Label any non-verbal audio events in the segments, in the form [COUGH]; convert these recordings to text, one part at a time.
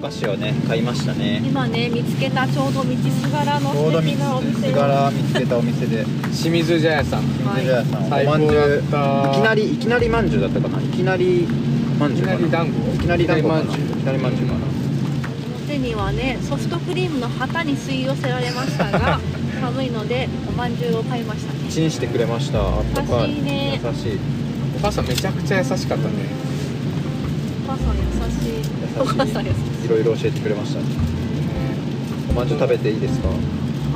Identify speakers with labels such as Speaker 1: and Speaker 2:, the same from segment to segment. Speaker 1: 菓子をね買いましたね
Speaker 2: 今ね見つけたちょうど道すがらの
Speaker 1: ちょうど
Speaker 2: 素
Speaker 1: 見
Speaker 2: 敵
Speaker 1: つ
Speaker 2: なお店
Speaker 1: け柄見つけたお店で
Speaker 3: 清水茶屋さん
Speaker 2: は
Speaker 1: 水
Speaker 2: い
Speaker 1: 茶屋さんお
Speaker 3: 最
Speaker 1: まん
Speaker 3: 高
Speaker 1: じ
Speaker 3: だ
Speaker 1: ゅ
Speaker 3: っ
Speaker 1: う
Speaker 3: た
Speaker 1: いきなりいきなりまんじゅうだったかないきなりまん
Speaker 3: い
Speaker 1: じゅう
Speaker 3: きな
Speaker 1: か
Speaker 3: り
Speaker 1: な
Speaker 3: 団子
Speaker 1: いきなりだんごかない
Speaker 3: い
Speaker 1: きなりまんじゅうかな
Speaker 2: 手にはねソフトクリームの旗に吸い寄せられましたが
Speaker 1: [LAUGHS]
Speaker 2: 寒いのでお饅頭を買いましたね
Speaker 1: チンしてくれましたあったかい
Speaker 2: 優しいね
Speaker 1: 優しい優しい
Speaker 3: お母さんめちゃくちゃ優しかったね
Speaker 2: お母さん優しいお母さん優しい
Speaker 1: いろいろ教えてくれましたおまんじゅう食べていいですか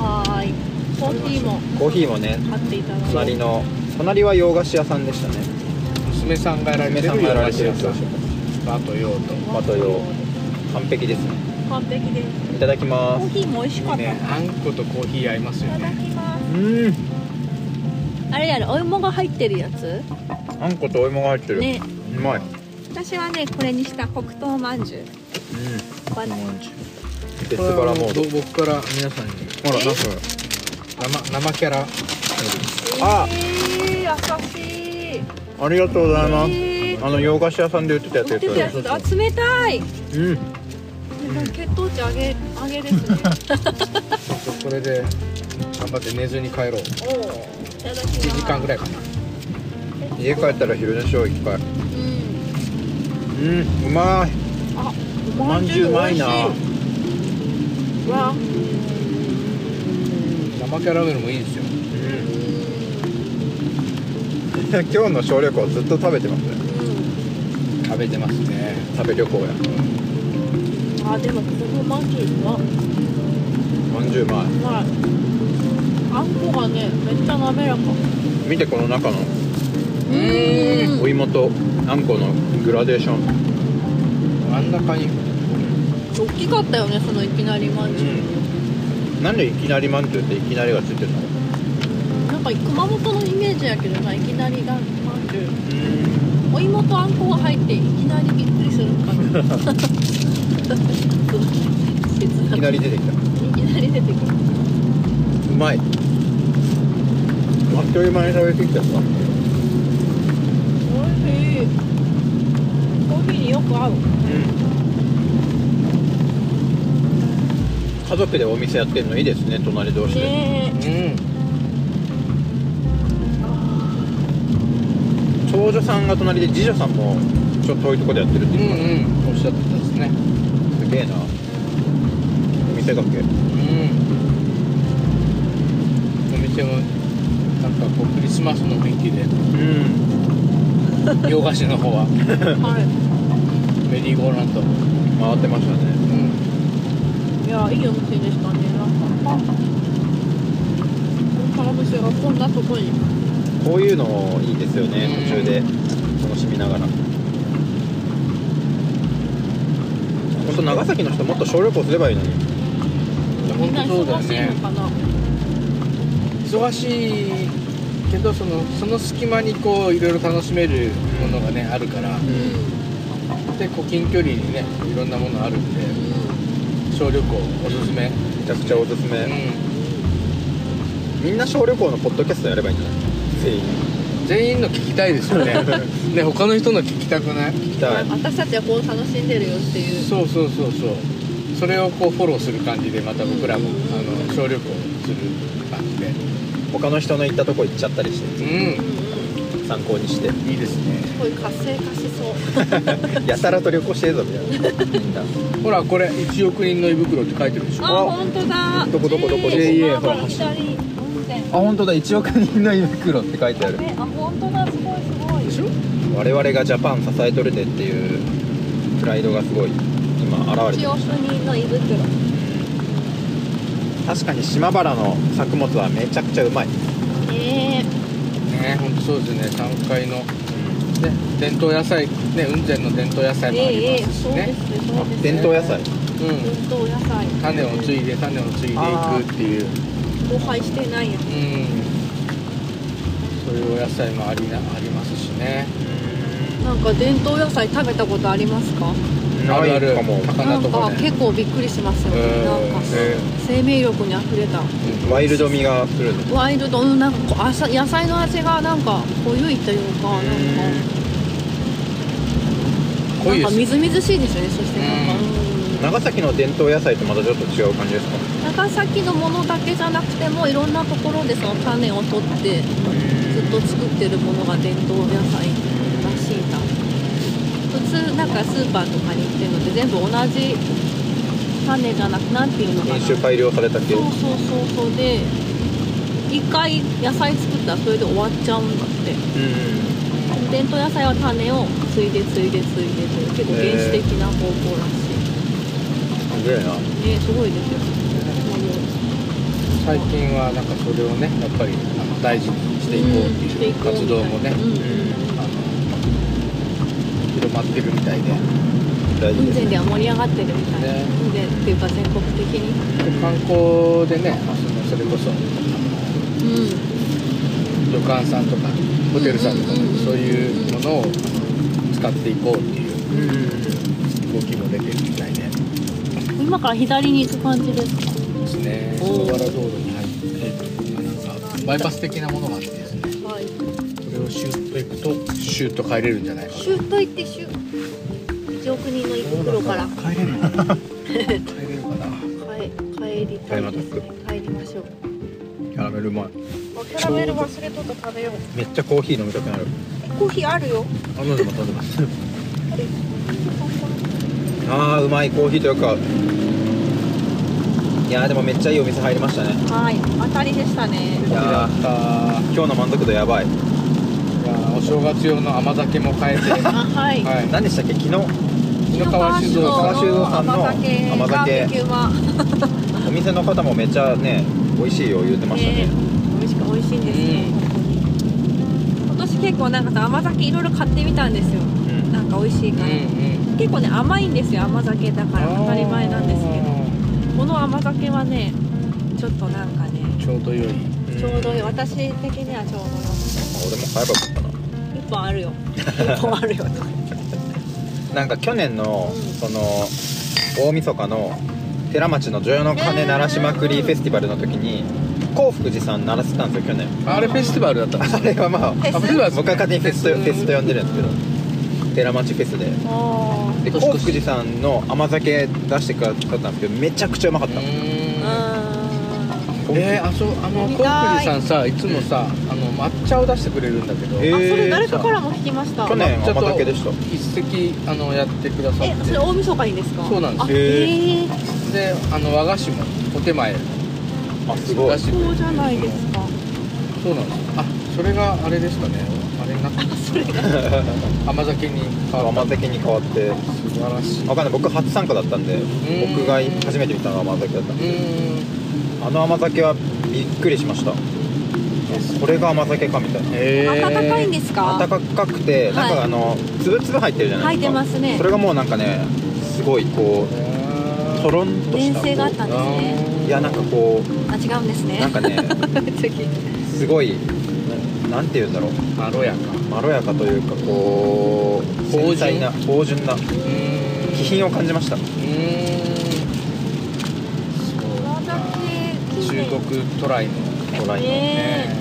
Speaker 2: はーいコーヒーも
Speaker 1: コーヒーもね
Speaker 2: 買っていただいて
Speaker 1: 隣の隣は洋菓子屋さんでしたね
Speaker 3: 娘さんがやられて
Speaker 1: 娘さ
Speaker 3: る
Speaker 1: んがやられてる
Speaker 3: 洋菓子屋さんあと用途
Speaker 1: あとよ完璧ですね
Speaker 2: 完璧です
Speaker 1: いただき
Speaker 2: コ
Speaker 1: ま
Speaker 2: ー
Speaker 1: す
Speaker 2: ヒーも美味しかったな、
Speaker 3: ねあんことコーヒー合います
Speaker 2: い
Speaker 3: よ
Speaker 2: ただ
Speaker 3: ね
Speaker 2: きます
Speaker 1: うん
Speaker 2: あれやろお芋が入ってるやつ
Speaker 1: あんことお芋が入ってる、
Speaker 2: ね
Speaker 1: うまい
Speaker 2: 私はねこれにした黒糖まんじゅう
Speaker 1: うん
Speaker 2: バナナ
Speaker 1: 別腹
Speaker 3: こ
Speaker 1: モー
Speaker 3: れ
Speaker 1: ド
Speaker 3: は僕から皆さんに
Speaker 1: ほらなんか
Speaker 3: 生生キャラ
Speaker 1: あ
Speaker 2: えー、優しい
Speaker 1: ありがとうございます、
Speaker 2: えー
Speaker 1: あの洋菓子屋さんで売ってたやつ
Speaker 2: 売ってたや
Speaker 1: つ
Speaker 2: つだあ冷たい
Speaker 1: うん
Speaker 2: 血糖値上げ上げですね
Speaker 3: ちょっとこれで頑張って寝ずに帰ろう1
Speaker 2: おおいただきます
Speaker 3: 時間ぐらいかな
Speaker 1: 家帰ったら昼寝しよう一回
Speaker 2: うん
Speaker 1: うんうまい
Speaker 2: あ
Speaker 1: おまんじゅううまいな
Speaker 2: 美味しいわ
Speaker 3: 生キャラメルもいいですよ
Speaker 1: うん [LAUGHS] 今日の小旅行ずっと食べてますね
Speaker 2: う
Speaker 3: 食べてますね
Speaker 1: 食べ旅行や
Speaker 2: んあでもこのまんじゅううま
Speaker 1: まんじゅううまい
Speaker 2: まいあんこがねめっちゃ滑らか
Speaker 1: 見てこの中の
Speaker 2: うん
Speaker 1: お芋とあんこのグラデーション
Speaker 3: 真ん中に
Speaker 2: 大きかったよねそのいきなりまんじゅう、
Speaker 1: なんでいきなりまんじゅうっていきなりがついてるの
Speaker 2: なんか熊本のイメージやけどないきなりだまんじゅう
Speaker 1: うん
Speaker 2: お芋とあんこが入っていきなりびっくりするのかな切
Speaker 1: いき
Speaker 2: ない
Speaker 1: なり出てきた
Speaker 2: きなり出てくる
Speaker 1: うまいあっという間に食べてきたさ
Speaker 2: おいしいコーヒーによく合う
Speaker 1: 家族でお店やってるのいいですね隣同士で、
Speaker 2: ね
Speaker 3: うん
Speaker 1: 長女さんが隣で次女さんもちょっと遠いとこでやってるって
Speaker 3: う
Speaker 1: いうから、
Speaker 3: んうんおっしゃってたですね
Speaker 1: すげえなお店がけ
Speaker 3: うんお店もなんかこうクリスマスの雰囲気で
Speaker 1: う
Speaker 3: 洋菓子の方は
Speaker 2: えは
Speaker 3: メリーゴーランド、うん
Speaker 1: 回ってましたね
Speaker 2: いいやいいお店でしたねなんかあこのお店がこんなとこに
Speaker 1: こういうのいいですよね途中で楽しみながら本当長崎の人もっと小旅行すればいいのに
Speaker 3: や
Speaker 2: みんな
Speaker 3: 本当そうだ
Speaker 2: 忙しい
Speaker 3: よね
Speaker 2: のかな
Speaker 3: 忙しいけどそのその隙間にこういろいろ楽しめるものがねあるからでこう近距離にねいろんなものあるんで小旅行おすす
Speaker 1: め
Speaker 3: め、
Speaker 1: ちゃくちゃおすすめ、みんな小旅行のポッドキャストやればいいんじゃない全員
Speaker 3: 全員の聞きたいですよねね他の人の聞きたくない
Speaker 1: 聞きたい
Speaker 2: 私たちはこう楽しんでるよっていう
Speaker 3: そうそうそうそうそれをこうフォローする感じでまた僕らもあの小旅行する感じで
Speaker 1: 他の人の行ったとこ行っちゃったりして
Speaker 3: う
Speaker 2: うん
Speaker 1: 参考にして
Speaker 3: んいいです
Speaker 2: す
Speaker 3: ね
Speaker 2: ごい活性化しそう
Speaker 1: やたらと旅行してるぞみたいなみんな
Speaker 3: ほらこれ1億人の胃袋って書いてるでしょ
Speaker 2: あ、本当だ。
Speaker 1: どこどこどこ
Speaker 2: えー
Speaker 3: JA
Speaker 2: ほら
Speaker 3: ほら
Speaker 2: 左運転。
Speaker 1: 本当だ1億人の胃袋って書いてある
Speaker 2: ね、あ、本当だ、すごいすごい。
Speaker 3: でしょ
Speaker 1: 我々がジャパン支えとるでっていうプライドがすごい今現れて
Speaker 2: 一
Speaker 1: ま
Speaker 2: 億
Speaker 1: した
Speaker 2: 人の胃袋。
Speaker 1: 確かに島原の作物はめちゃくちゃうまい
Speaker 2: ええ
Speaker 3: ね本当そうですね3階の、ね、伝統野菜ね雲仙の伝統野菜もあ
Speaker 2: え
Speaker 3: り
Speaker 2: え
Speaker 3: ますし
Speaker 2: そうで
Speaker 3: ね、
Speaker 2: す、そうです。
Speaker 1: 伝統野菜
Speaker 3: うん
Speaker 2: 伝統野菜。
Speaker 3: 種を継いで種を継いでいくっていう
Speaker 2: 荒廃してないやつ。
Speaker 3: うんそういうお野菜もありなありますしね
Speaker 2: なんか伝統野菜食べたことありますか？
Speaker 1: ないかも
Speaker 3: 高
Speaker 2: な
Speaker 3: 菜
Speaker 2: ん
Speaker 3: とか
Speaker 2: か
Speaker 3: ね
Speaker 2: 結構びっくりしますよ
Speaker 3: う
Speaker 2: ね。
Speaker 3: ん
Speaker 2: なんか生命力に溢れた。
Speaker 3: うん
Speaker 1: ワイルド味がするの
Speaker 2: ワイルドのなんかこうあさ野菜の味がなんか濃ゆいというかなんか
Speaker 3: 濃い
Speaker 2: なんか
Speaker 3: です
Speaker 2: みずみずしいですよね。そしてなんか。うん
Speaker 1: 長崎の伝統野菜とまたちょっと違う感じですか
Speaker 2: 長崎のものだけじゃなくてもいろんなところでその種を取ってずっと作ってるものが伝統野菜らしいな普通なんかスーパーとかに行ってるので全部同じ種じゃなくなんていうのかな
Speaker 1: 品種改良された系
Speaker 2: そうそうそうそうで一回野菜作ったらそれで終わっちゃうんだって
Speaker 1: うん
Speaker 2: 伝統野菜は種を継いで継いで継いでという結構原始的な方法らし
Speaker 1: すげえない
Speaker 2: ねすごいですよこういう
Speaker 3: 最近はなんかそれをねやっぱりあの大事にしていこうっていう活動もね、
Speaker 2: うん
Speaker 3: あの広まってるみたいで
Speaker 1: 大事
Speaker 2: 雲
Speaker 1: です
Speaker 2: 仙
Speaker 1: ね
Speaker 2: では盛り上がってるみたいな
Speaker 3: ね
Speaker 2: 雲仙っていうか全国的に
Speaker 3: で観光でねそのそれこそあの
Speaker 2: うん
Speaker 3: 旅館さんとかホテルさんとか
Speaker 2: うんうんうんうん
Speaker 3: そういうものを使っていこうってい
Speaker 1: うん
Speaker 3: う動きも出てるみたいで
Speaker 2: 今から左に行く感じですか
Speaker 3: ですね
Speaker 2: おー
Speaker 3: 小原道路に入ってなんかバイパス的なものがあってですね
Speaker 2: はい
Speaker 3: それをシュッと行くとシュッと帰れるんじゃないかな
Speaker 2: シュート行ってシュー1億人の胃袋から
Speaker 3: 帰れるのかな帰れるかな
Speaker 2: 帰帰りたいですね帰りましょう
Speaker 1: キャラメルうまい
Speaker 2: あキャラメル忘れとった食べよう
Speaker 1: めっちゃコーヒー飲みたくなる
Speaker 2: コーヒーあるよ
Speaker 1: あ飲んでます飲んでますあーうまいコーヒーというかいやーでもめっちゃいいお店入りましたね
Speaker 2: はい当たりでしたね
Speaker 1: いやー
Speaker 3: った
Speaker 1: 今日の満足度やばい
Speaker 3: いやーお正月用の甘酒も変えては
Speaker 2: あはい
Speaker 3: い
Speaker 1: 何でしたっけ昨日
Speaker 3: 日の川酒造
Speaker 1: 酒造さんの
Speaker 2: 甘酒
Speaker 1: 甘酒
Speaker 2: バーベキューは
Speaker 1: お店の方もめっちゃね美味しいよ言ってましたね
Speaker 2: ね美味しく美味しいんですね、今年結構なんかさ甘酒いろいろ買ってみたんですよ
Speaker 1: うん
Speaker 2: なんか美味しいから、
Speaker 3: ん
Speaker 2: 結構ね甘いんですよ甘酒だから当たり前なんですけどこの甘酒はねちょっとなんかね
Speaker 3: けどちょうど良い
Speaker 2: ちょうどいい
Speaker 1: ん
Speaker 2: 私的にはちょうど
Speaker 1: 俺も買えばよかったな
Speaker 2: よい1本あるよ1本あるよとか
Speaker 1: なんか去年の
Speaker 2: うん
Speaker 1: その大晦日の寺町の女優の鐘鳴らしまくりフェスティバルの時に興福寺さん鳴らせたんですよ去年
Speaker 3: あれフェスティバルだったんです
Speaker 1: あれはまあ
Speaker 2: フェス
Speaker 3: あフェスティバルですね
Speaker 1: 僕は勝手にフェスとフェスと呼んでるんですけど寺町フェスで
Speaker 2: お
Speaker 1: で
Speaker 3: 年越し
Speaker 1: 興福寺さんの甘酒出してくださったんですけどめちゃくちゃうまかった、本当
Speaker 2: ー
Speaker 1: に
Speaker 3: えー、あそうあの
Speaker 2: 飲み
Speaker 3: コン
Speaker 2: た
Speaker 3: ク
Speaker 2: い
Speaker 3: リさんさいつもさあの抹茶を出してくれるんだけど、
Speaker 1: え
Speaker 2: あ
Speaker 1: ー
Speaker 2: それ誰かからも聞きました
Speaker 1: 去年
Speaker 3: 抹茶と
Speaker 1: 甘酒でした
Speaker 3: 一石あのやってくださっ
Speaker 2: えそれ
Speaker 3: て
Speaker 2: 大晦日にですか
Speaker 3: そうなんです
Speaker 2: あ
Speaker 1: へー
Speaker 2: へえ
Speaker 3: であの和菓子もお手前
Speaker 1: あすごい
Speaker 3: 出してくれる
Speaker 2: そうじゃないですか
Speaker 3: そうなんですあそれがあれですかねあれになって
Speaker 2: あそれが
Speaker 3: 甘酒に変わっ
Speaker 1: 甘酒に変わって
Speaker 3: た素晴らしいう
Speaker 1: わかんない僕初参加だったんで
Speaker 3: ん
Speaker 1: 僕が初めて見たのが甘酒だったんで
Speaker 3: ーん
Speaker 1: あの甘酒はびっくりしましたこれが甘酒かみたいな
Speaker 3: へー
Speaker 2: 暖かいんですか
Speaker 1: 温かくてなんか
Speaker 2: はい
Speaker 1: あの粒々入ってるじゃない
Speaker 2: 入っ
Speaker 1: です
Speaker 2: て
Speaker 1: か
Speaker 2: ますね
Speaker 1: それがもうなんかねすごいこうとろんとし
Speaker 2: 粘
Speaker 1: た
Speaker 2: 性があったんですね
Speaker 1: いやなんかこ
Speaker 2: あ違うんです
Speaker 1: う
Speaker 2: ね
Speaker 1: なんかね
Speaker 2: [LAUGHS] 次
Speaker 1: すごいななんて言うんだろう
Speaker 3: まろやか
Speaker 1: まろやかというかこう
Speaker 3: 芳
Speaker 1: 繊細な
Speaker 3: 醇
Speaker 1: 芳醇な
Speaker 3: うーん
Speaker 1: 気品を感じました
Speaker 3: うーんそう
Speaker 2: 甘
Speaker 3: か
Speaker 2: 酒近年
Speaker 3: 中国トライの
Speaker 1: トライの、
Speaker 2: ね
Speaker 3: ね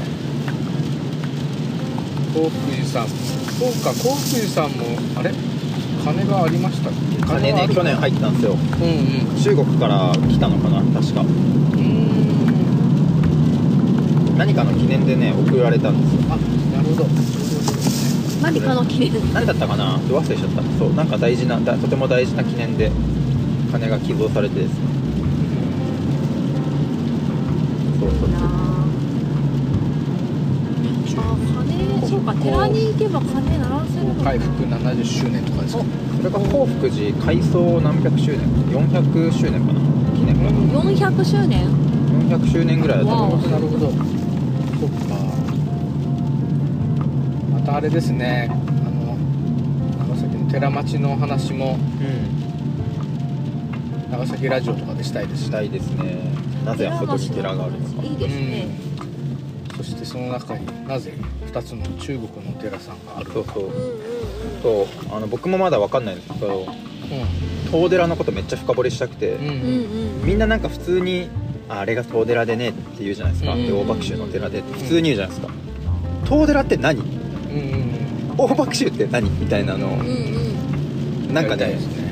Speaker 3: 幸福寺さんそうか幸福寺さんもあれ金がありましたっけ
Speaker 1: 金ね去年入ったんですよ
Speaker 3: うんうん
Speaker 1: 中国から来たのかな確か
Speaker 3: うーん
Speaker 1: 何かの記念でね送られたんですよ
Speaker 3: あなるほど
Speaker 2: 何かの記念
Speaker 1: 何だったかなど忘れしちゃったそうなんか大事なだとても大事な記念で金が寄贈されてですねそうそうそう
Speaker 2: あ鐘そうか寺に行けば鐘鳴らせるのか
Speaker 3: 回復70周年とかですか
Speaker 1: それが興福寺改装何百周年400周年かな記念かな
Speaker 2: 400周年
Speaker 1: 400周年ぐらいだと
Speaker 2: わ
Speaker 1: 思
Speaker 2: お
Speaker 1: います
Speaker 3: なるほどそっかまたあれですねあの長崎の寺町の話
Speaker 1: う
Speaker 3: も
Speaker 1: ん
Speaker 3: 長崎ラジオとかでしたいですし
Speaker 1: したいですねなぜあそこに寺があるのか
Speaker 2: いいですね
Speaker 3: うん、そしてその中になぜ2つの中国のお寺さんがある
Speaker 1: そう
Speaker 3: のか
Speaker 1: そう
Speaker 2: うんうん
Speaker 1: とあの僕もまだ分かんないんですけど遠寺のことめっちゃ深掘りしたくて
Speaker 3: うんう
Speaker 2: う
Speaker 3: ん
Speaker 2: んうんうん
Speaker 1: みんななんか普通にああれが遠寺でねって言うじゃないですか、
Speaker 3: うん
Speaker 1: で大爆州の寺でって普通に言うじゃないですか遠寺って何
Speaker 3: うんうん
Speaker 1: 大爆州って何みたいなのを
Speaker 2: うんうん
Speaker 1: なんか
Speaker 3: やりたいで
Speaker 1: ね
Speaker 3: すね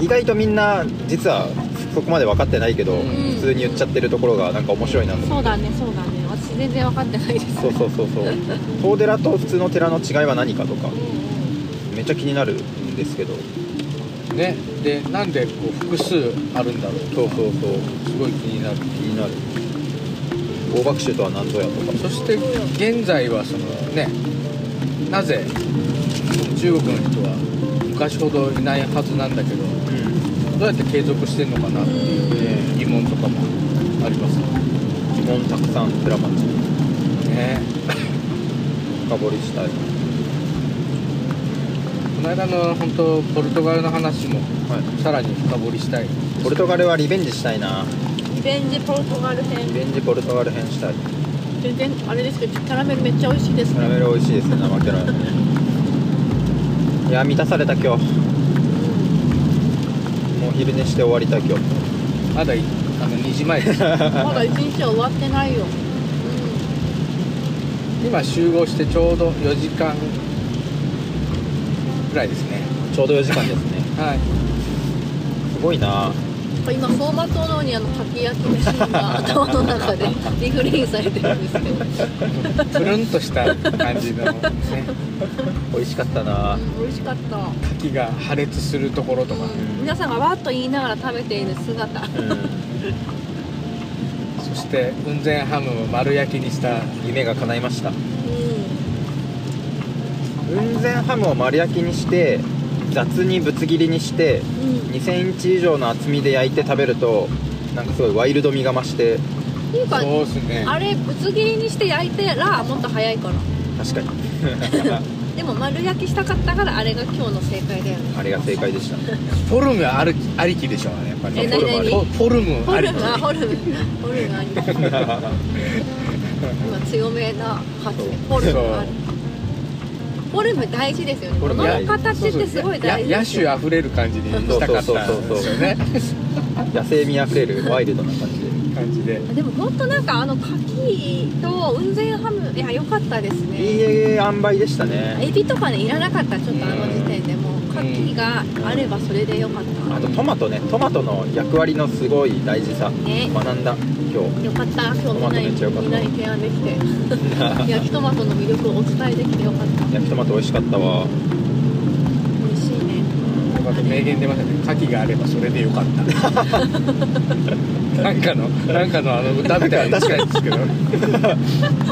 Speaker 1: 意外とみんな実はそこまで分かってないけど、
Speaker 3: うん
Speaker 1: 普通に言っちゃってるところがなんか面白いなと思って
Speaker 2: そうだねそうだね私全然分かってないです
Speaker 1: そうそうそうそう遠寺と普通の寺の違いは何かとかめっちゃ気になるんですけど
Speaker 3: ねでなんでこう複数あるんだろう
Speaker 1: そ
Speaker 3: と
Speaker 1: う
Speaker 3: か
Speaker 1: そうそう
Speaker 3: すごい気になる
Speaker 1: 気になる大学習とは何ぞやとか
Speaker 3: そして現在はそのねなぜ中国の人は昔ほどいないはずなんだけど
Speaker 1: うん
Speaker 3: どうやって継続してんのかなっていう
Speaker 1: ね
Speaker 3: 疑問とかもあります
Speaker 1: 疑問たくさん寺町に
Speaker 3: ね
Speaker 1: 深掘りしたい
Speaker 3: この間の本当ポルトガルの話も
Speaker 1: はい
Speaker 3: さらに深掘りしたい
Speaker 1: ポルトガルはリベンジしたいな
Speaker 2: リベンジポルトガル
Speaker 1: リ
Speaker 2: 編
Speaker 1: ベンジポルトガル編したい
Speaker 2: 全然あれですけどキャラメルめっちゃ美味しいです
Speaker 1: キャラメル美味しいですね生キャラメルいや満たされた今日もう昼寝して終わりたい今日
Speaker 3: まだいあの2時前です
Speaker 2: まだ一日は終わってないよ、
Speaker 3: 今集合してちょうど4時間ぐらいですね
Speaker 1: ちょうど4時間ですね
Speaker 3: はい
Speaker 1: すごいな
Speaker 2: うん、今相馬灯のようにあのかき焼きのシーンが頭の中でリフレインされてるんですけど、
Speaker 3: つるんとした感じの、ね、
Speaker 1: 美味しかったな
Speaker 2: うん、美味しかった
Speaker 3: 牡蠣が破裂するところとか
Speaker 2: 皆さんがわーっと言いながら食べている姿
Speaker 1: うん
Speaker 3: そして雲仙ハムを丸焼きにした
Speaker 1: 夢が叶いました雲仙ハムを丸焼きにして雑にぶつ切りにして
Speaker 2: うん、うん、
Speaker 1: 2 0 0 0インチ以上の厚みで焼いて食べるとなんかすごいワイルドみが増して
Speaker 2: っていう
Speaker 3: そ
Speaker 2: か
Speaker 3: うですね
Speaker 2: あれぶつ切りにして焼いてらもっと早いから
Speaker 1: 確かに [LAUGHS]
Speaker 2: でも丸焼きしたかったからあれが今日の正解だよね
Speaker 1: あれが正解でした [LAUGHS]
Speaker 3: フォルムあるありきでしょうねやっぱり
Speaker 2: え
Speaker 3: フォルムあり
Speaker 2: 何
Speaker 3: フ
Speaker 2: ホ
Speaker 3: ォルムあり
Speaker 2: ル
Speaker 3: き
Speaker 2: ムあホルムホルムあり今強めな発
Speaker 1: そう
Speaker 2: 言ホルムある
Speaker 3: そ
Speaker 2: ホルム大事ですよね
Speaker 1: ホ
Speaker 2: こ
Speaker 1: ルム
Speaker 2: の形ってすごい大事
Speaker 3: や野
Speaker 2: です
Speaker 3: 手
Speaker 2: よ
Speaker 3: あふれる感じにしたかったんですよね
Speaker 1: 野生味あふれるワイルドな感じで
Speaker 3: 感じで
Speaker 2: でも本当なんかあの牡蠣と雲仙ハムいや良かったです
Speaker 1: いい
Speaker 2: ね
Speaker 1: え塩梅でしたね
Speaker 2: エビとかねいらなかったちょっとあの時点でもう牡蠣があればそれで良かっ
Speaker 1: あ
Speaker 2: た
Speaker 1: とトマトねトマトの役割のすごい大事さ
Speaker 2: ね
Speaker 1: 学んだ今日
Speaker 2: よかった今日み
Speaker 1: トマ
Speaker 2: んなに
Speaker 1: トめっちゃ良かった
Speaker 2: みんなに提案できて焼きトマトの魅力をお伝えできてよかった
Speaker 1: 焼きトマト美味しかったわ
Speaker 2: 美味しいね
Speaker 3: 僕あと名言出ましたね牡蠣があればそれでよかった
Speaker 2: [LAUGHS]
Speaker 3: なんかのなんかのあの歌みたいな近いですけど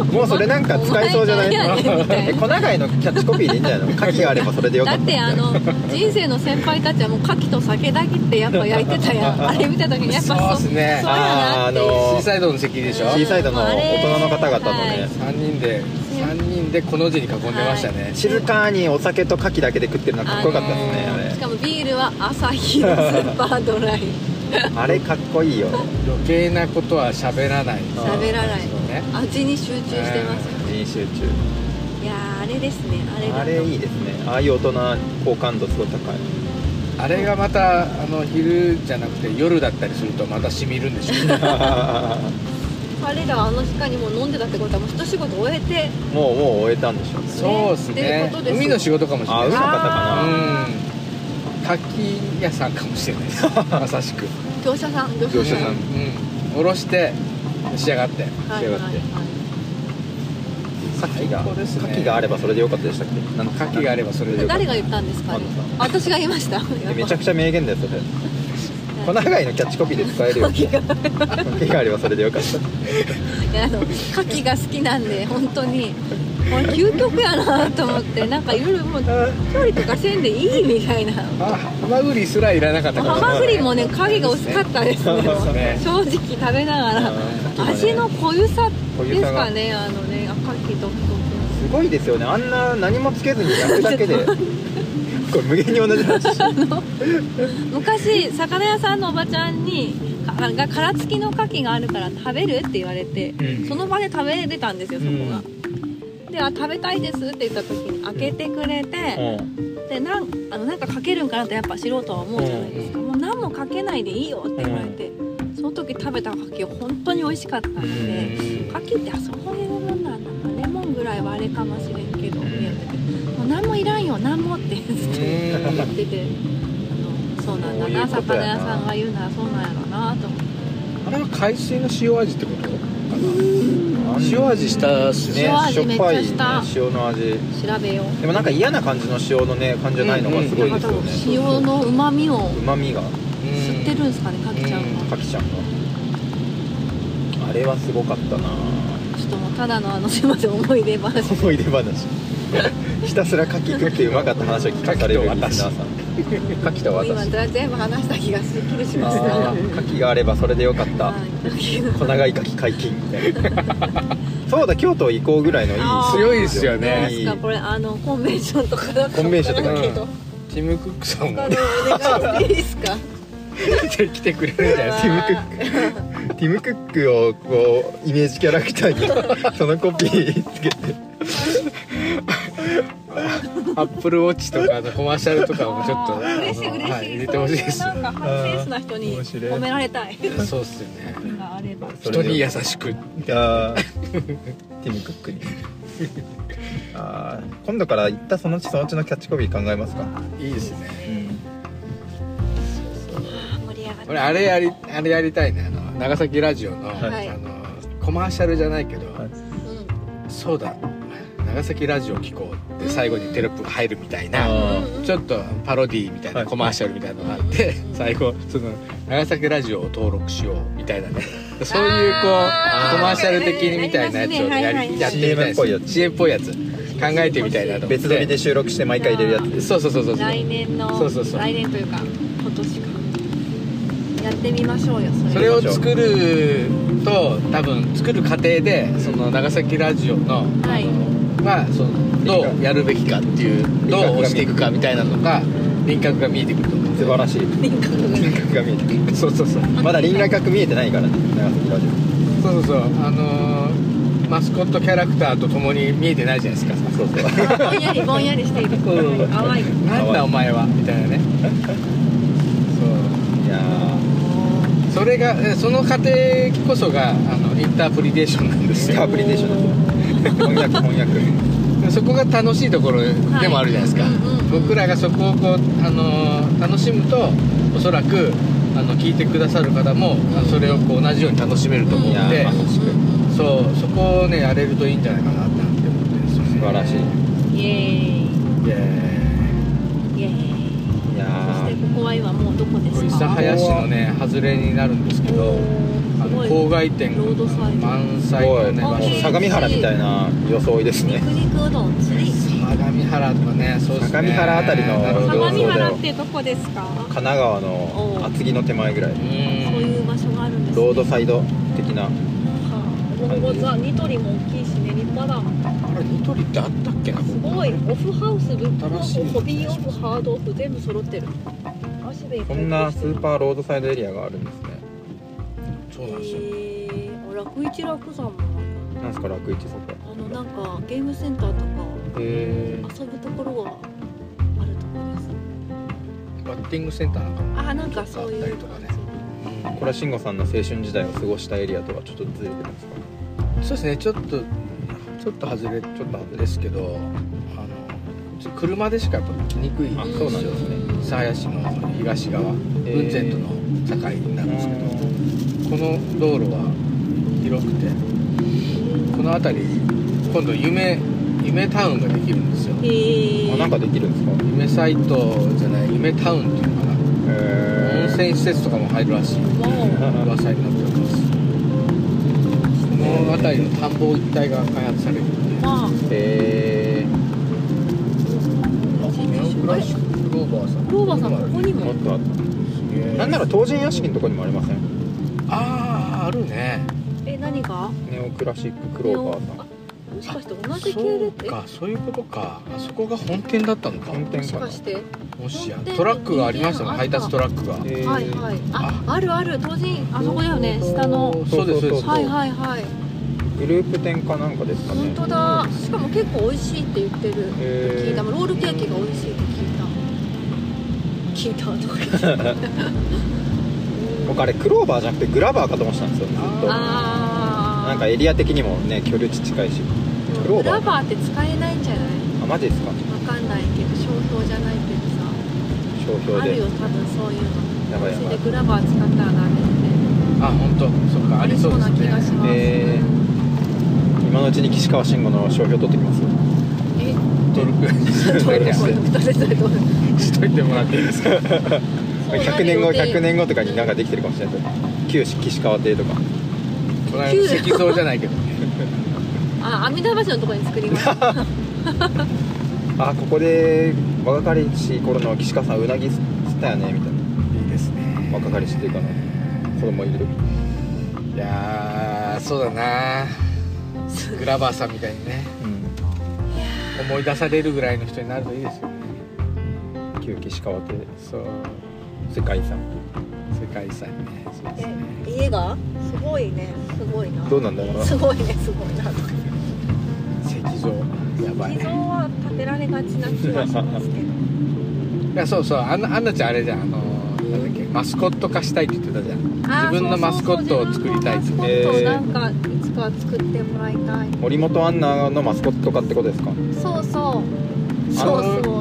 Speaker 1: もうそれなんか使えそうじゃない
Speaker 2: お前がやれみたい
Speaker 1: [LAUGHS]
Speaker 2: な
Speaker 1: え小長井のキャッチコピーでいいんじゃ
Speaker 2: [LAUGHS]
Speaker 1: ないの牡蠣があればそれでよか
Speaker 2: だ
Speaker 1: っ
Speaker 2: ってあの人生の先輩たちはもう牡蠣と酒だけってやっぱ焼いてた
Speaker 1: [LAUGHS]
Speaker 2: やんあれ見た時にやっぱ
Speaker 3: そうっすね
Speaker 2: そうやなってい
Speaker 1: あ
Speaker 2: う
Speaker 1: ーあの
Speaker 3: シーサイドの席でしょ
Speaker 1: シーサイドの大人の方々の
Speaker 2: あれ
Speaker 1: ね
Speaker 3: 3人で3人でこの字に囲んでましたね、
Speaker 1: た静かにお酒と牡蠣だけで食ってるのかっこよかったですね
Speaker 2: あ
Speaker 1: あ
Speaker 2: の
Speaker 1: れ
Speaker 2: しかもビールは朝日のスーパード
Speaker 1: [LAUGHS]
Speaker 2: ライ
Speaker 1: あれかっこ
Speaker 2: [LAUGHS]
Speaker 1: いいよ
Speaker 3: 余計なことは喋らな
Speaker 2: 喋らな
Speaker 3: い
Speaker 2: い
Speaker 3: そうね
Speaker 2: 味に集中してますよ
Speaker 1: 人集中
Speaker 2: いやーあれですねあれが
Speaker 1: あれいいですねああいう大人好感度すごい
Speaker 2: [LAUGHS]
Speaker 1: 高い [LAUGHS]
Speaker 3: あれがまたあの昼じゃなくて夜だったりするとまたしみるんでしょ
Speaker 2: [LAUGHS]
Speaker 3: うね
Speaker 2: 彼らはあの時間にもう飲んでたってことはもう一仕事終えて
Speaker 1: もうもう終えたんでしょ
Speaker 3: そうです
Speaker 2: っていう
Speaker 3: ね
Speaker 2: ことですよ
Speaker 3: 海の仕事かもしれ
Speaker 1: ああ
Speaker 3: ない
Speaker 1: 海の方かな
Speaker 3: うん牡蠣屋さんかもしれないです
Speaker 2: [LAUGHS]
Speaker 3: まさしく
Speaker 2: 業者さん業
Speaker 1: 業者さん
Speaker 3: うんおろして仕上がって
Speaker 2: はいはいはい
Speaker 1: 牡蠣が
Speaker 3: 最高ですね
Speaker 1: 牡蠣があればそれでよかったでしたっけなん
Speaker 3: 牡蠣があればそれでよかっ
Speaker 2: 誰が言ったんですかねあ私が言いました
Speaker 1: えめちゃく
Speaker 2: ち
Speaker 1: ちゃ名言だよそれ小長井のキャッチコピーで使えるよ牡
Speaker 2: 牡蠣が
Speaker 1: 蠣があればそれでよかった
Speaker 2: いやあの牡蠣が好きなんで本当にこれ究極やなと思ってなんかいろいろもう調理とかせんでいいみたいな
Speaker 3: たあハマグリすらいらなかったかもしれない
Speaker 2: ハマグリもね影が薄かったですね
Speaker 1: そう
Speaker 3: ですね
Speaker 2: 正直食べながら
Speaker 1: うん
Speaker 2: 味の濃ゆさ
Speaker 1: 濃
Speaker 2: で
Speaker 1: ゆ
Speaker 2: す
Speaker 1: さが
Speaker 2: かねあのね牡蠣独特
Speaker 1: すごいですよねあんな何もつけずに焼くだけでこれ無限に同じ話してる
Speaker 2: の昔魚屋さんのおばちゃんにかが殻付きの牡蠣があるから食べるって言われて、
Speaker 1: うん
Speaker 2: その場で食べれたんですよそこが、
Speaker 1: う
Speaker 2: であ食べたいですって言った時に開けてくれて、でなんあのなんかかけるんかなってやっぱ素人は思うじゃないですか、もう何もかけないでいいよって言われて、その時食べた牡蠣は本当に美味しかったんで、牡蠣ってあそういうもんなんだなレモンぐらいはあれかもしれんけど、
Speaker 1: うん
Speaker 2: もう何もいらんよ何もってずっと
Speaker 3: う
Speaker 2: 言
Speaker 3: ん
Speaker 2: っててあのそうなんだな
Speaker 1: そういうことやな
Speaker 2: 魚屋さんが言うならそうなんやろなと思って
Speaker 3: あれは海水の塩味ってこと塩味したっす
Speaker 1: ね
Speaker 3: ね
Speaker 2: 塩味めっちゃした
Speaker 1: しょっぱいね塩の味
Speaker 2: 調べよう
Speaker 1: でもなんか嫌な感じの塩のね感じじゃないのがすごいですよね
Speaker 2: 塩のうまみを
Speaker 1: うまみが
Speaker 2: 吸ってるんですかねかきちゃん
Speaker 3: うん
Speaker 2: は
Speaker 1: かきちゃんがあれはすごかったな
Speaker 2: ちょっともうただのあのすいません思い出話
Speaker 1: 思い出話ひたすらかき食ってうまかった話を聞かされるリ
Speaker 3: 牡
Speaker 1: スナ
Speaker 3: 蠣
Speaker 1: ー
Speaker 3: と
Speaker 1: さ
Speaker 3: 私
Speaker 1: んかきと
Speaker 2: 今
Speaker 1: 私
Speaker 2: 全部話した気がすっきりしました
Speaker 1: あ
Speaker 2: はい
Speaker 1: ーかきがあればそれでよかった小長いかき解禁みたいなそうだ京都行こうぐらいのいい
Speaker 2: あー
Speaker 3: 強いですよ
Speaker 2: どう
Speaker 3: ね
Speaker 2: ですかこれあのコンベンションとかだった
Speaker 1: コンベンションとか
Speaker 2: けど
Speaker 3: ティム・クックさん
Speaker 2: 他
Speaker 3: も
Speaker 2: のお願いしていいですか
Speaker 3: [LAUGHS] 来てくれるんじゃないです
Speaker 1: ティムクックティムクックをこうイメージキャラクタ
Speaker 2: [LAUGHS]
Speaker 1: ーにそのコピーつけて
Speaker 3: かアップルウォッチとかのコマーシャルとかもちょっと
Speaker 2: 嬉しい嬉しい、
Speaker 3: はい、入れてほしいです
Speaker 2: そううなんかハイセンスな人に
Speaker 1: 面白い
Speaker 2: 褒められたい
Speaker 3: そうっすよね
Speaker 2: があれば
Speaker 1: そ
Speaker 3: 人
Speaker 1: れで
Speaker 3: に優しく
Speaker 1: あーティム・クックにあー今度から行ったそのうちそのうちのキャッチコピー考えますか、
Speaker 3: いいですね
Speaker 2: 盛り上がっ
Speaker 3: 俺あれやりあれやりたいねあの長崎ラジオの,、
Speaker 1: はい
Speaker 3: あのコマーシャルじゃないけど、
Speaker 1: はい
Speaker 3: そうだ長崎ラジオ聞こうって最後にテロップが入るみたいな、
Speaker 1: あ
Speaker 2: うん
Speaker 3: ちょっとパロディみたいな、
Speaker 1: はい
Speaker 3: コマーシャルみたいなのがあって、最後その長崎ラジオを登録しようみたいなねそういうこうコ
Speaker 2: あー
Speaker 3: マーシャル的にみたいなやつをや
Speaker 2: あり
Speaker 3: りや
Speaker 1: ま
Speaker 3: っ
Speaker 1: す
Speaker 3: て
Speaker 1: ね
Speaker 3: みた
Speaker 1: CM っ
Speaker 3: いです
Speaker 1: ぽいやつ
Speaker 3: CM っぽいやつ考えてみたいなと思って
Speaker 1: 別撮りで収録して毎回入れるやつ
Speaker 3: そうそうそうそうそう
Speaker 2: 来年の
Speaker 3: そうそうそう
Speaker 2: 来年というか今年かやってみましょうよそれ
Speaker 3: それを作ると多分作る過程でその長崎ラジオの,、
Speaker 2: はい
Speaker 3: あのまあそのどうやるべきかっていうどう押していくかみたいなのが輪郭が見えてくると思う
Speaker 1: 素晴らしい
Speaker 2: 輪郭が
Speaker 1: 輪郭が見えてくる
Speaker 3: そうそうそう
Speaker 1: [LAUGHS] まだ輪郭見えてないからね長崎ラジ
Speaker 3: そうそうそうあのーマスコットキャラクターと共に見えてないじゃないですかそうそう
Speaker 2: [LAUGHS] ぼんやりぼんやりしている
Speaker 3: うん
Speaker 2: 淡い
Speaker 3: なんだお前はみたいな [LAUGHS] ね
Speaker 1: オいやー
Speaker 3: そうそれがえその過程こそがあのインタープリテーションなんです
Speaker 1: インタ
Speaker 3: よ
Speaker 1: ープリテーションですよ翻訳翻訳
Speaker 3: そこが楽しいところでもあるじゃないですか、
Speaker 2: はいうんうんうん
Speaker 3: 僕らがそこをこう、あのー楽しむとおそらくあの聞いてくださる方もあそれをこう同じように楽しめると思
Speaker 1: い
Speaker 3: うん
Speaker 1: や
Speaker 3: で
Speaker 1: ーまさしく
Speaker 3: そうそこをねやれるといいんじゃないかなって思ってるんですよね
Speaker 1: 素晴らしい
Speaker 2: イエー
Speaker 3: で
Speaker 2: イイエーイ
Speaker 1: いや
Speaker 2: そして
Speaker 1: ー
Speaker 2: ここは今もうどこです
Speaker 3: 諫
Speaker 2: か
Speaker 3: 早市のね外れになるんですけどあの
Speaker 2: すごい
Speaker 3: 郊外店が
Speaker 2: ロードサイド
Speaker 3: 満
Speaker 1: す
Speaker 3: 載
Speaker 1: ご
Speaker 3: の
Speaker 1: い
Speaker 3: ね
Speaker 1: も
Speaker 3: 場
Speaker 1: う
Speaker 3: 所
Speaker 1: 相模原みたいな装いですね
Speaker 2: 肉肉うどんつい
Speaker 3: 相模原とかねそうですね
Speaker 1: 相模原あたりの
Speaker 3: なるほ
Speaker 2: 相
Speaker 3: ど
Speaker 2: 模
Speaker 1: 様子
Speaker 2: 原ってどこですか
Speaker 1: 神奈川の厚木の手前ぐらい
Speaker 3: うん
Speaker 2: そういう場所があるんですね
Speaker 1: ロードサイド的な
Speaker 2: はあもうザニトリも大きいしね立派だ
Speaker 3: あれニトリってあったっけな
Speaker 2: すごいオフハウス、ブックオ
Speaker 3: 新しい
Speaker 2: フ、ホビーオフ、ハードオフ、全部揃ってる。足でいっぱ
Speaker 1: こ
Speaker 2: い
Speaker 1: んなスー
Speaker 2: ー。
Speaker 1: パーロードサイドエリアがあるんですね
Speaker 3: そうなんですよ
Speaker 2: えー、楽一楽さんも
Speaker 1: なんですか楽市そこ
Speaker 2: あのなんかゲームセンターと
Speaker 1: へ
Speaker 2: か遊ぶところがあるところです。
Speaker 3: バッティングセンターなんかも
Speaker 2: あなんかそういう
Speaker 3: ちょっとあったりとかね
Speaker 2: 感
Speaker 1: これは慎吾さんの青春時代を過ごしたエリアとはちょっとずれてますか
Speaker 3: そうですねちょっとちょっと外れちょっと外れですけどあのちょ車でしかやっぱ来にくい
Speaker 1: あ
Speaker 2: そうなん
Speaker 1: ですね
Speaker 3: 諫早市の東側雲仙との境なんですけど、この道路は広くてこの辺り今度夢夢タウンができるんですよ
Speaker 2: じ。へ
Speaker 1: あ
Speaker 2: え。
Speaker 1: なんかできるんですか
Speaker 3: 夢サイトじゃない夢タウンっていうのかな温
Speaker 1: へ [LAUGHS]
Speaker 3: 泉施設とかも入るらしい
Speaker 2: わ
Speaker 3: 噂になっておりますこの辺りの田んぼ一帯が開発されるん
Speaker 2: お
Speaker 3: で
Speaker 2: まあ
Speaker 1: え
Speaker 2: 一日中あ
Speaker 3: クラッ
Speaker 2: れ
Speaker 3: シュクローバーさん
Speaker 2: クローバーさんここに
Speaker 1: も
Speaker 2: も
Speaker 1: っ。とあったなんなら東神屋敷のとこにもありません
Speaker 3: あああるね
Speaker 2: え何が？
Speaker 1: ネオクラシッククローバーさん
Speaker 2: あもしかして同じ系
Speaker 3: そ
Speaker 2: 列
Speaker 3: う？かそういうことかあそこが本店だったのか
Speaker 1: 本店
Speaker 2: えもし
Speaker 1: かな
Speaker 2: かして？
Speaker 3: もしや
Speaker 2: 本店
Speaker 3: トラックがありましたね
Speaker 2: あった
Speaker 3: 配達トラックが
Speaker 1: へー
Speaker 2: はいはい。ああるある東人あそこだよね下の。
Speaker 3: そうですそうです
Speaker 2: はいはいはい。
Speaker 1: グループ店かなんかですか
Speaker 2: 本
Speaker 1: ね
Speaker 2: 当だ。しかも結構美味しいって言ってる。
Speaker 1: へ
Speaker 2: 聞いた。
Speaker 1: ー
Speaker 2: ロールケーキが美味しいって聞いた。聞いたとか言って。
Speaker 1: 僕あれクローバーじゃなくてグラバーかと思ってたんですよずっと
Speaker 2: ああ。
Speaker 1: なんかエリア的にもね距離地近いしクロー
Speaker 2: グラ
Speaker 1: バー
Speaker 2: バーって使えないんじゃない？
Speaker 1: あマジですか
Speaker 2: わかんないけど商標じゃないけどさ。
Speaker 1: 商総評
Speaker 2: あ
Speaker 1: で
Speaker 2: るよ多分そういうの
Speaker 1: やばいやばい
Speaker 2: それでグラバー使ったらダメって
Speaker 3: あ本当そっかありそうです
Speaker 2: ありそうな気が
Speaker 3: ね
Speaker 2: します、
Speaker 1: えー今のうちに岸川慎吾の商標取ってきます
Speaker 3: [LAUGHS]
Speaker 2: え
Speaker 3: 登
Speaker 2: [LAUGHS]
Speaker 3: 録
Speaker 2: どういう
Speaker 1: し
Speaker 2: こと
Speaker 1: て
Speaker 2: どういうこと
Speaker 3: [LAUGHS] しといてもらっていいですか
Speaker 1: 100年後100年後とかになんかできてるかもしれない旧式岸川邸とか
Speaker 3: この辺石像じゃ
Speaker 2: [LAUGHS]
Speaker 3: ないけど
Speaker 2: あ阿弥陀橋のところに作
Speaker 3: [LAUGHS]
Speaker 2: ります
Speaker 1: あここで若かりし頃の岸川さんうなぎ釣ったよねみたい
Speaker 3: いいですね
Speaker 1: な若かりしっていうかな子供いる時
Speaker 3: いやーそうだなグラバーさんみたいにね
Speaker 1: うん
Speaker 3: 思い出されるぐらいの人になるといいですよね
Speaker 1: 旧岸川邸
Speaker 3: そう
Speaker 1: 世界遺産
Speaker 3: 世界遺産ねそうですね
Speaker 4: え家がすごいねすごいな
Speaker 1: どうなんだろうな
Speaker 4: すごいねすごいな
Speaker 3: 石像やばい
Speaker 2: 秘
Speaker 3: ね
Speaker 2: 蔵は建てられがちな気はしますけど
Speaker 3: いやそうそうあんなあんなちゃんあれじゃんあのなんだっけマスコット化したいって言ってたじゃん
Speaker 2: あー
Speaker 3: 自分のマスコットを作りた
Speaker 2: そ
Speaker 3: い
Speaker 2: うそうそう自分のマスコットをなんかいつかは作ってもらいたい
Speaker 1: 森本アンナのマスコット化ってことですか
Speaker 2: そうそうそうそう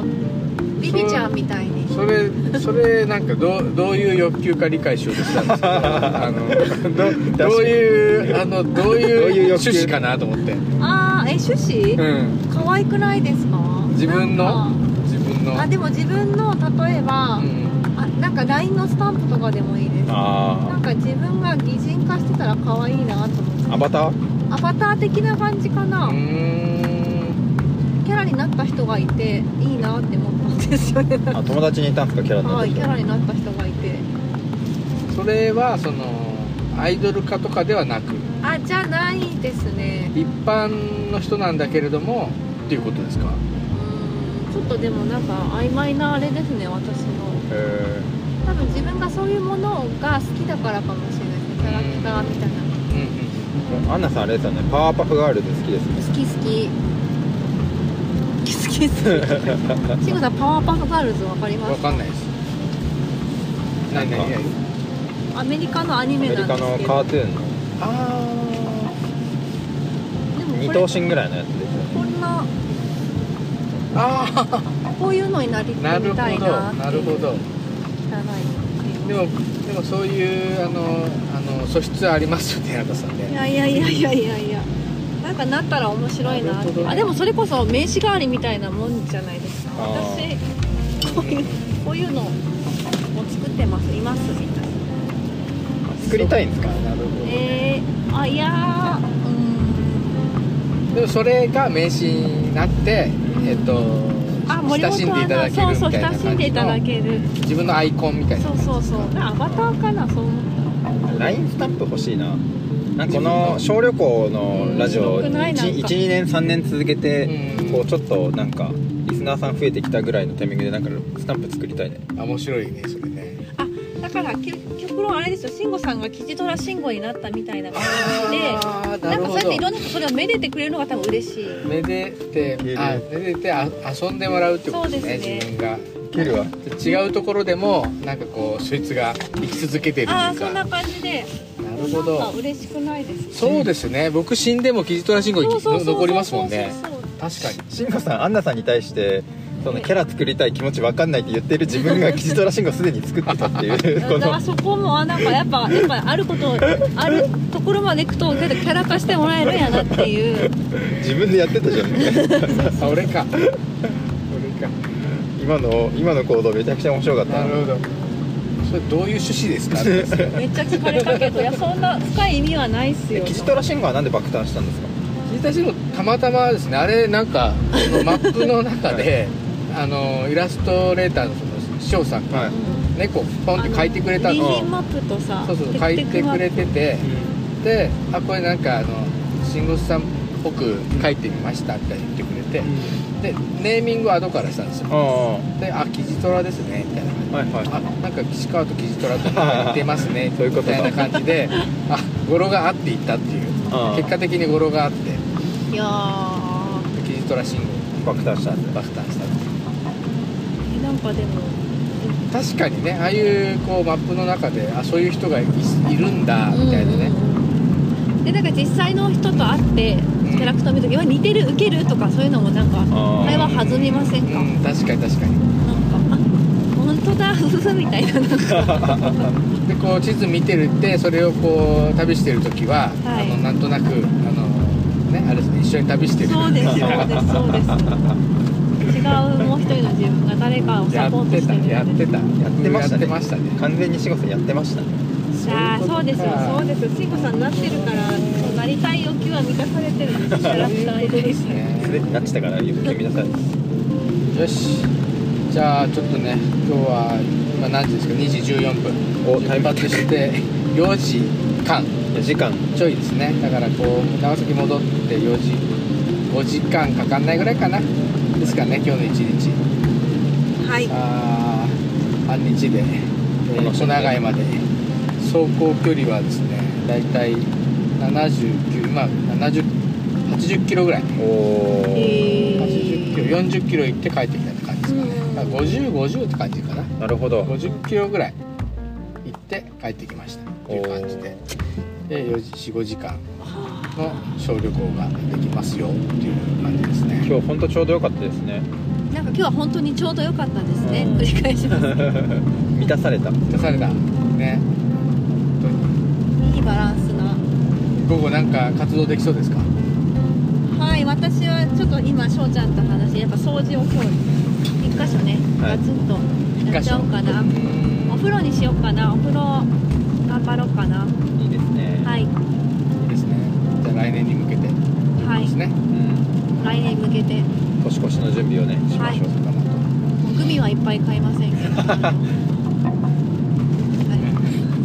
Speaker 2: ビビちゃんみたいに
Speaker 3: それそれなんかどうどういう欲求か理解しようとしたんですけどあのどどういうあのどう
Speaker 1: どういう
Speaker 3: いう
Speaker 1: 欲求
Speaker 3: 趣旨かなと思って、
Speaker 2: ああえ趣
Speaker 3: う
Speaker 2: 旨
Speaker 3: ん、
Speaker 2: 可愛くないですか
Speaker 3: 自分の
Speaker 2: なん
Speaker 3: 自分の
Speaker 2: かあでも自分の例えば、
Speaker 3: うん
Speaker 2: あなんか LINE のスタンプとかでもいいですな
Speaker 1: あ
Speaker 2: んか自分が擬人化してたら可愛いなと思って
Speaker 1: あアバター
Speaker 2: アバター的な感じかな、
Speaker 3: うーん
Speaker 2: キャラになった人がいていいなって思ったんですよね [LAUGHS]
Speaker 1: あ友達にいたんですかキャラになっ
Speaker 2: は
Speaker 1: た
Speaker 2: い
Speaker 1: 人
Speaker 2: キャラになった人がいて
Speaker 3: それはそのアイドル化とかではなく
Speaker 2: あじゃないですね
Speaker 3: 一般の人なんだけれどもっていうことですか
Speaker 2: うーんちょっとでもなんか曖昧なあれですね私の
Speaker 1: え
Speaker 2: 多分自分がそういうものが好きだからかもしれないですねキャラクターみたいな
Speaker 3: うん
Speaker 1: ーアンナさんあれですよねパワーパフガールズ好きですね
Speaker 2: 好き好き好き好きシグさんパワーパフガールズわかり
Speaker 3: うん
Speaker 2: ま
Speaker 3: わ
Speaker 2: す
Speaker 3: かんないです何何何
Speaker 2: アメリカのアニ
Speaker 1: アメ
Speaker 2: メ
Speaker 1: リ
Speaker 2: なん
Speaker 1: カ
Speaker 2: です
Speaker 1: の
Speaker 2: け
Speaker 1: カ
Speaker 2: ど
Speaker 1: ートゥーンの
Speaker 3: あ
Speaker 2: でも
Speaker 1: 二
Speaker 2: こ
Speaker 1: 等
Speaker 2: れ
Speaker 1: 身ぐらいのやつですよ
Speaker 2: こ
Speaker 1: ね
Speaker 2: んな
Speaker 3: ーあ
Speaker 2: こういうのになり
Speaker 3: ーな
Speaker 2: たい
Speaker 3: るほど
Speaker 2: な
Speaker 3: なるほど
Speaker 2: で
Speaker 3: でもでもそういうあのあの素質ありますよね矢田さん
Speaker 2: い
Speaker 3: ね
Speaker 2: やいやいやいやいやいやなんかなったら面白いな
Speaker 3: なるほど
Speaker 2: あでもそれこそ名刺代わりみたいなもんじゃないですか
Speaker 1: あー
Speaker 2: 私こういうこういうのを作ってますいますみたいな
Speaker 1: 作りたいんですか
Speaker 3: そっなるほど、
Speaker 2: えー、あいやーうーん
Speaker 3: でもそれが名刺になってえっと
Speaker 2: あ森
Speaker 3: 親しん
Speaker 2: 本
Speaker 3: でい
Speaker 2: ア
Speaker 3: ただ
Speaker 2: ナ
Speaker 3: ける
Speaker 2: そうそう
Speaker 3: みたい
Speaker 2: 親
Speaker 3: な感じ
Speaker 2: し
Speaker 3: の
Speaker 2: んでいただける
Speaker 3: 自分のアイコンみたいな
Speaker 2: そうそうそうアバターかなそう思っ
Speaker 1: LINE スタンプ欲しいななんかこの小旅行のラジオ
Speaker 2: うんよくないなんか
Speaker 1: 12年3年続けて
Speaker 3: うん
Speaker 1: こうちょっとなんかリスナーさん増えてきたぐらいのタイミングでなんかスタンプ作りたいね
Speaker 3: あ面白いねそれね
Speaker 2: たあだから結結論あれですよ慎吾さんが吉虎慎吾になったみたいな感じで
Speaker 3: あー
Speaker 2: な
Speaker 3: な
Speaker 2: ん
Speaker 3: る
Speaker 2: かそう
Speaker 3: ほ
Speaker 2: やってい
Speaker 3: ど
Speaker 2: ろんな人それをめでてくれるのが多分嬉しい
Speaker 3: めでて
Speaker 1: いける
Speaker 3: あめでてあ遊んでもらうってことです
Speaker 2: そ
Speaker 3: ね
Speaker 2: うですね
Speaker 3: 自分が
Speaker 1: いけるわ
Speaker 3: 違うところでもなんかこうそいつが生き続けてるというか
Speaker 2: ああそんな感じで
Speaker 3: なる
Speaker 2: な
Speaker 3: ほ
Speaker 2: んか
Speaker 3: ど
Speaker 2: 嬉しくないです
Speaker 3: そうですね僕死んでもキジトラ信号
Speaker 2: そうそうそうそう
Speaker 3: 残りますもんね
Speaker 2: そうそ
Speaker 3: [LAUGHS]
Speaker 2: うそう
Speaker 3: 確かに
Speaker 1: 慎吾さんアンナさんに対してそのキャラ作りたい気持ち分かんないって言ってる自分が吉虎慎吾すでに作ってたっていう
Speaker 3: [LAUGHS]
Speaker 1: こ
Speaker 2: だか
Speaker 1: の
Speaker 2: らそこもなんかやっぱやっぱあることあるところまで行くとキャラ化してもらえるんやなっていう
Speaker 1: 自分でやってたじゃん
Speaker 3: あ俺か俺か
Speaker 1: 今の今の行動めちゃくちゃ面白かった
Speaker 3: なるほどそれどういう趣旨ですかって
Speaker 2: めっちゃ聞かれたけ
Speaker 3: [LAUGHS]
Speaker 2: どいやそんな深い意味はないっす
Speaker 1: え
Speaker 2: よ
Speaker 1: 吉虎慎吾はなんで爆誕したんですか
Speaker 3: キジトラ信号たまたまですねあれなんかそのマップの中であのイラストレーターのその師匠さんが
Speaker 1: はい
Speaker 3: 猫ポンって書いてくれた
Speaker 2: のリ
Speaker 3: の
Speaker 2: ー
Speaker 1: の
Speaker 2: ヒンマップとさ
Speaker 3: そうそう
Speaker 2: テ
Speaker 3: 書
Speaker 2: ク
Speaker 3: い
Speaker 2: テ
Speaker 3: て
Speaker 2: クマ
Speaker 3: く
Speaker 2: ップ
Speaker 3: れててであこれなんかあの慎吾さんっぽく書いてみましたみたいに言ってくれてでネーミングは後からしたんですよ
Speaker 1: ああ
Speaker 3: で「あキジトラですね」みたいな感じで
Speaker 1: はいはい
Speaker 3: あなんか岸川とキジトラと似てますね
Speaker 1: [LAUGHS] そういうこと
Speaker 3: み
Speaker 1: だ
Speaker 3: たいな感じであ語呂が合っていったっていう
Speaker 1: ああ
Speaker 3: 結果的に語呂があってで
Speaker 2: いやー
Speaker 3: キジトラ信号
Speaker 1: 爆誕したんです
Speaker 3: 爆誕したっていう
Speaker 2: えなんかでも
Speaker 3: 確かにねああいうこうマップの中であそういう人がいいるんだみたいなね、
Speaker 2: うんでなんか実際の人と会って
Speaker 3: ん
Speaker 2: キャラクター見るときは似てるウケるとかそういうのもなんか
Speaker 1: あー
Speaker 2: 会話弾みませんか、
Speaker 3: うん確かに確かに
Speaker 2: なんかあ本当だふふふみた
Speaker 3: [LAUGHS]
Speaker 2: いな
Speaker 3: でこう地図見てるってそれをこう旅してる時は、
Speaker 2: はい
Speaker 3: あのなんとなくあのねあれですね一緒に旅してる
Speaker 2: そうですそ
Speaker 3: [LAUGHS]
Speaker 2: うですそうです違うもう一人の自分が誰かを
Speaker 3: や
Speaker 2: サポ
Speaker 3: っ
Speaker 2: ート
Speaker 3: て
Speaker 2: したてる
Speaker 3: やってた
Speaker 1: やってましたね
Speaker 3: やってましたね
Speaker 1: 完全に志子さんやってましたね
Speaker 2: ああそうですよ
Speaker 4: そ
Speaker 2: そ
Speaker 4: う
Speaker 2: う
Speaker 4: ですよ、しんこさんなってるから、
Speaker 2: そうなりたい欲求は満たされてるんですキャラクターいないしね
Speaker 1: すでになってたから余計見なさい
Speaker 3: よしじゃあちょっとね今日は今何時ですか2時14分
Speaker 1: おタイム
Speaker 3: 発して4時間
Speaker 1: 時間
Speaker 3: ちょいですねだからこう長崎戻って4時5時間かかんないぐらいかなですかね今日の一日
Speaker 4: はい
Speaker 3: あー半日で、え
Speaker 1: この
Speaker 3: ー、小長井まで走行距離はですねだいたい79まあ7080キロぐらい
Speaker 1: おおー
Speaker 3: 80キロ40キロ行って帰ってきたって感じですかね
Speaker 4: うん
Speaker 3: だから5050って感じかな
Speaker 1: なるほど
Speaker 3: 50キロぐらい行って帰ってきましたっていう感じでで45時間の小旅行ができますよっていう感じですね
Speaker 1: 今日本当ちょうど良かったですね
Speaker 2: なんか今日は本当にちょうど良かったですね繰り返します
Speaker 1: 満たされた
Speaker 3: 出されたね本当に
Speaker 2: いいバランスな
Speaker 3: 午後なんか活動できそうですか
Speaker 2: はい私はちょっと今翔ちゃんと話してやっぱ掃除を今日一箇所ね
Speaker 1: はい
Speaker 2: ガツンとやっちゃおうかな、お風呂にしようかなお風呂頑張ろうかない
Speaker 1: いですね、
Speaker 2: はい
Speaker 3: いいですねじゃあ来年に向けて
Speaker 2: はい
Speaker 3: ですね、
Speaker 1: うん、
Speaker 2: 来年に向けて
Speaker 1: 年越しの準備をねしましょうかなと、
Speaker 2: グミはいっぱい買いませんけどは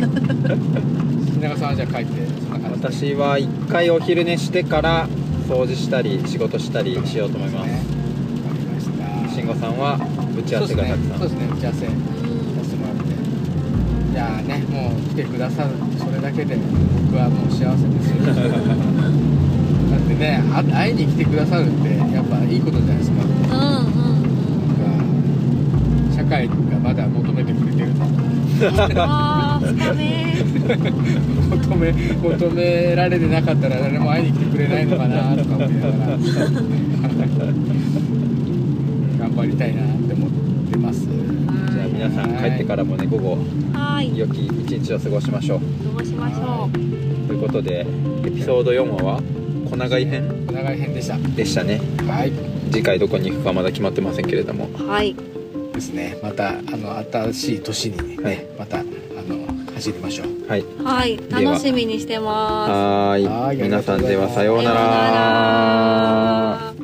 Speaker 2: い
Speaker 3: 品川さんはじゃあ帰ってそんな感じで
Speaker 1: 私は一回お昼寝してから掃除したり仕事したりしようと思います
Speaker 3: わかりました
Speaker 1: 慎吾さんは打ち合わせがたくさん
Speaker 3: そうですねそうですね打ち合わせさせてもらっていやーねもう来てくださるそれだけで僕はもう幸せですよだってねあ会いに来てくださるってやっぱいいことじゃないですかなんか
Speaker 2: うんうんうん
Speaker 3: 社会がまだ求めてくれてると
Speaker 2: あー深め
Speaker 3: 求め求められてなかったら誰も会いに来てくれないのかなとか思いながら [LAUGHS] 頑張りたいなって思ってます
Speaker 1: じゃあ皆さん帰ってからもね午後
Speaker 2: はい
Speaker 1: 良き一日を過ごしましょう
Speaker 2: どうしましょう
Speaker 1: ということでエピソード4話は小長い編
Speaker 3: お長い編でした
Speaker 1: でしたね
Speaker 3: はい
Speaker 1: 次回どこに行くかまだ決まってませんけれども
Speaker 2: はい
Speaker 3: ですねまたあの新しい年にね、
Speaker 1: はい
Speaker 3: またあの走りましょう
Speaker 1: はい
Speaker 2: はい
Speaker 1: は
Speaker 2: 楽しみにしてます
Speaker 1: は
Speaker 3: は
Speaker 1: ー
Speaker 3: ー
Speaker 1: い
Speaker 3: い
Speaker 1: 皆さんではさような
Speaker 2: さよ
Speaker 1: ら
Speaker 2: うなら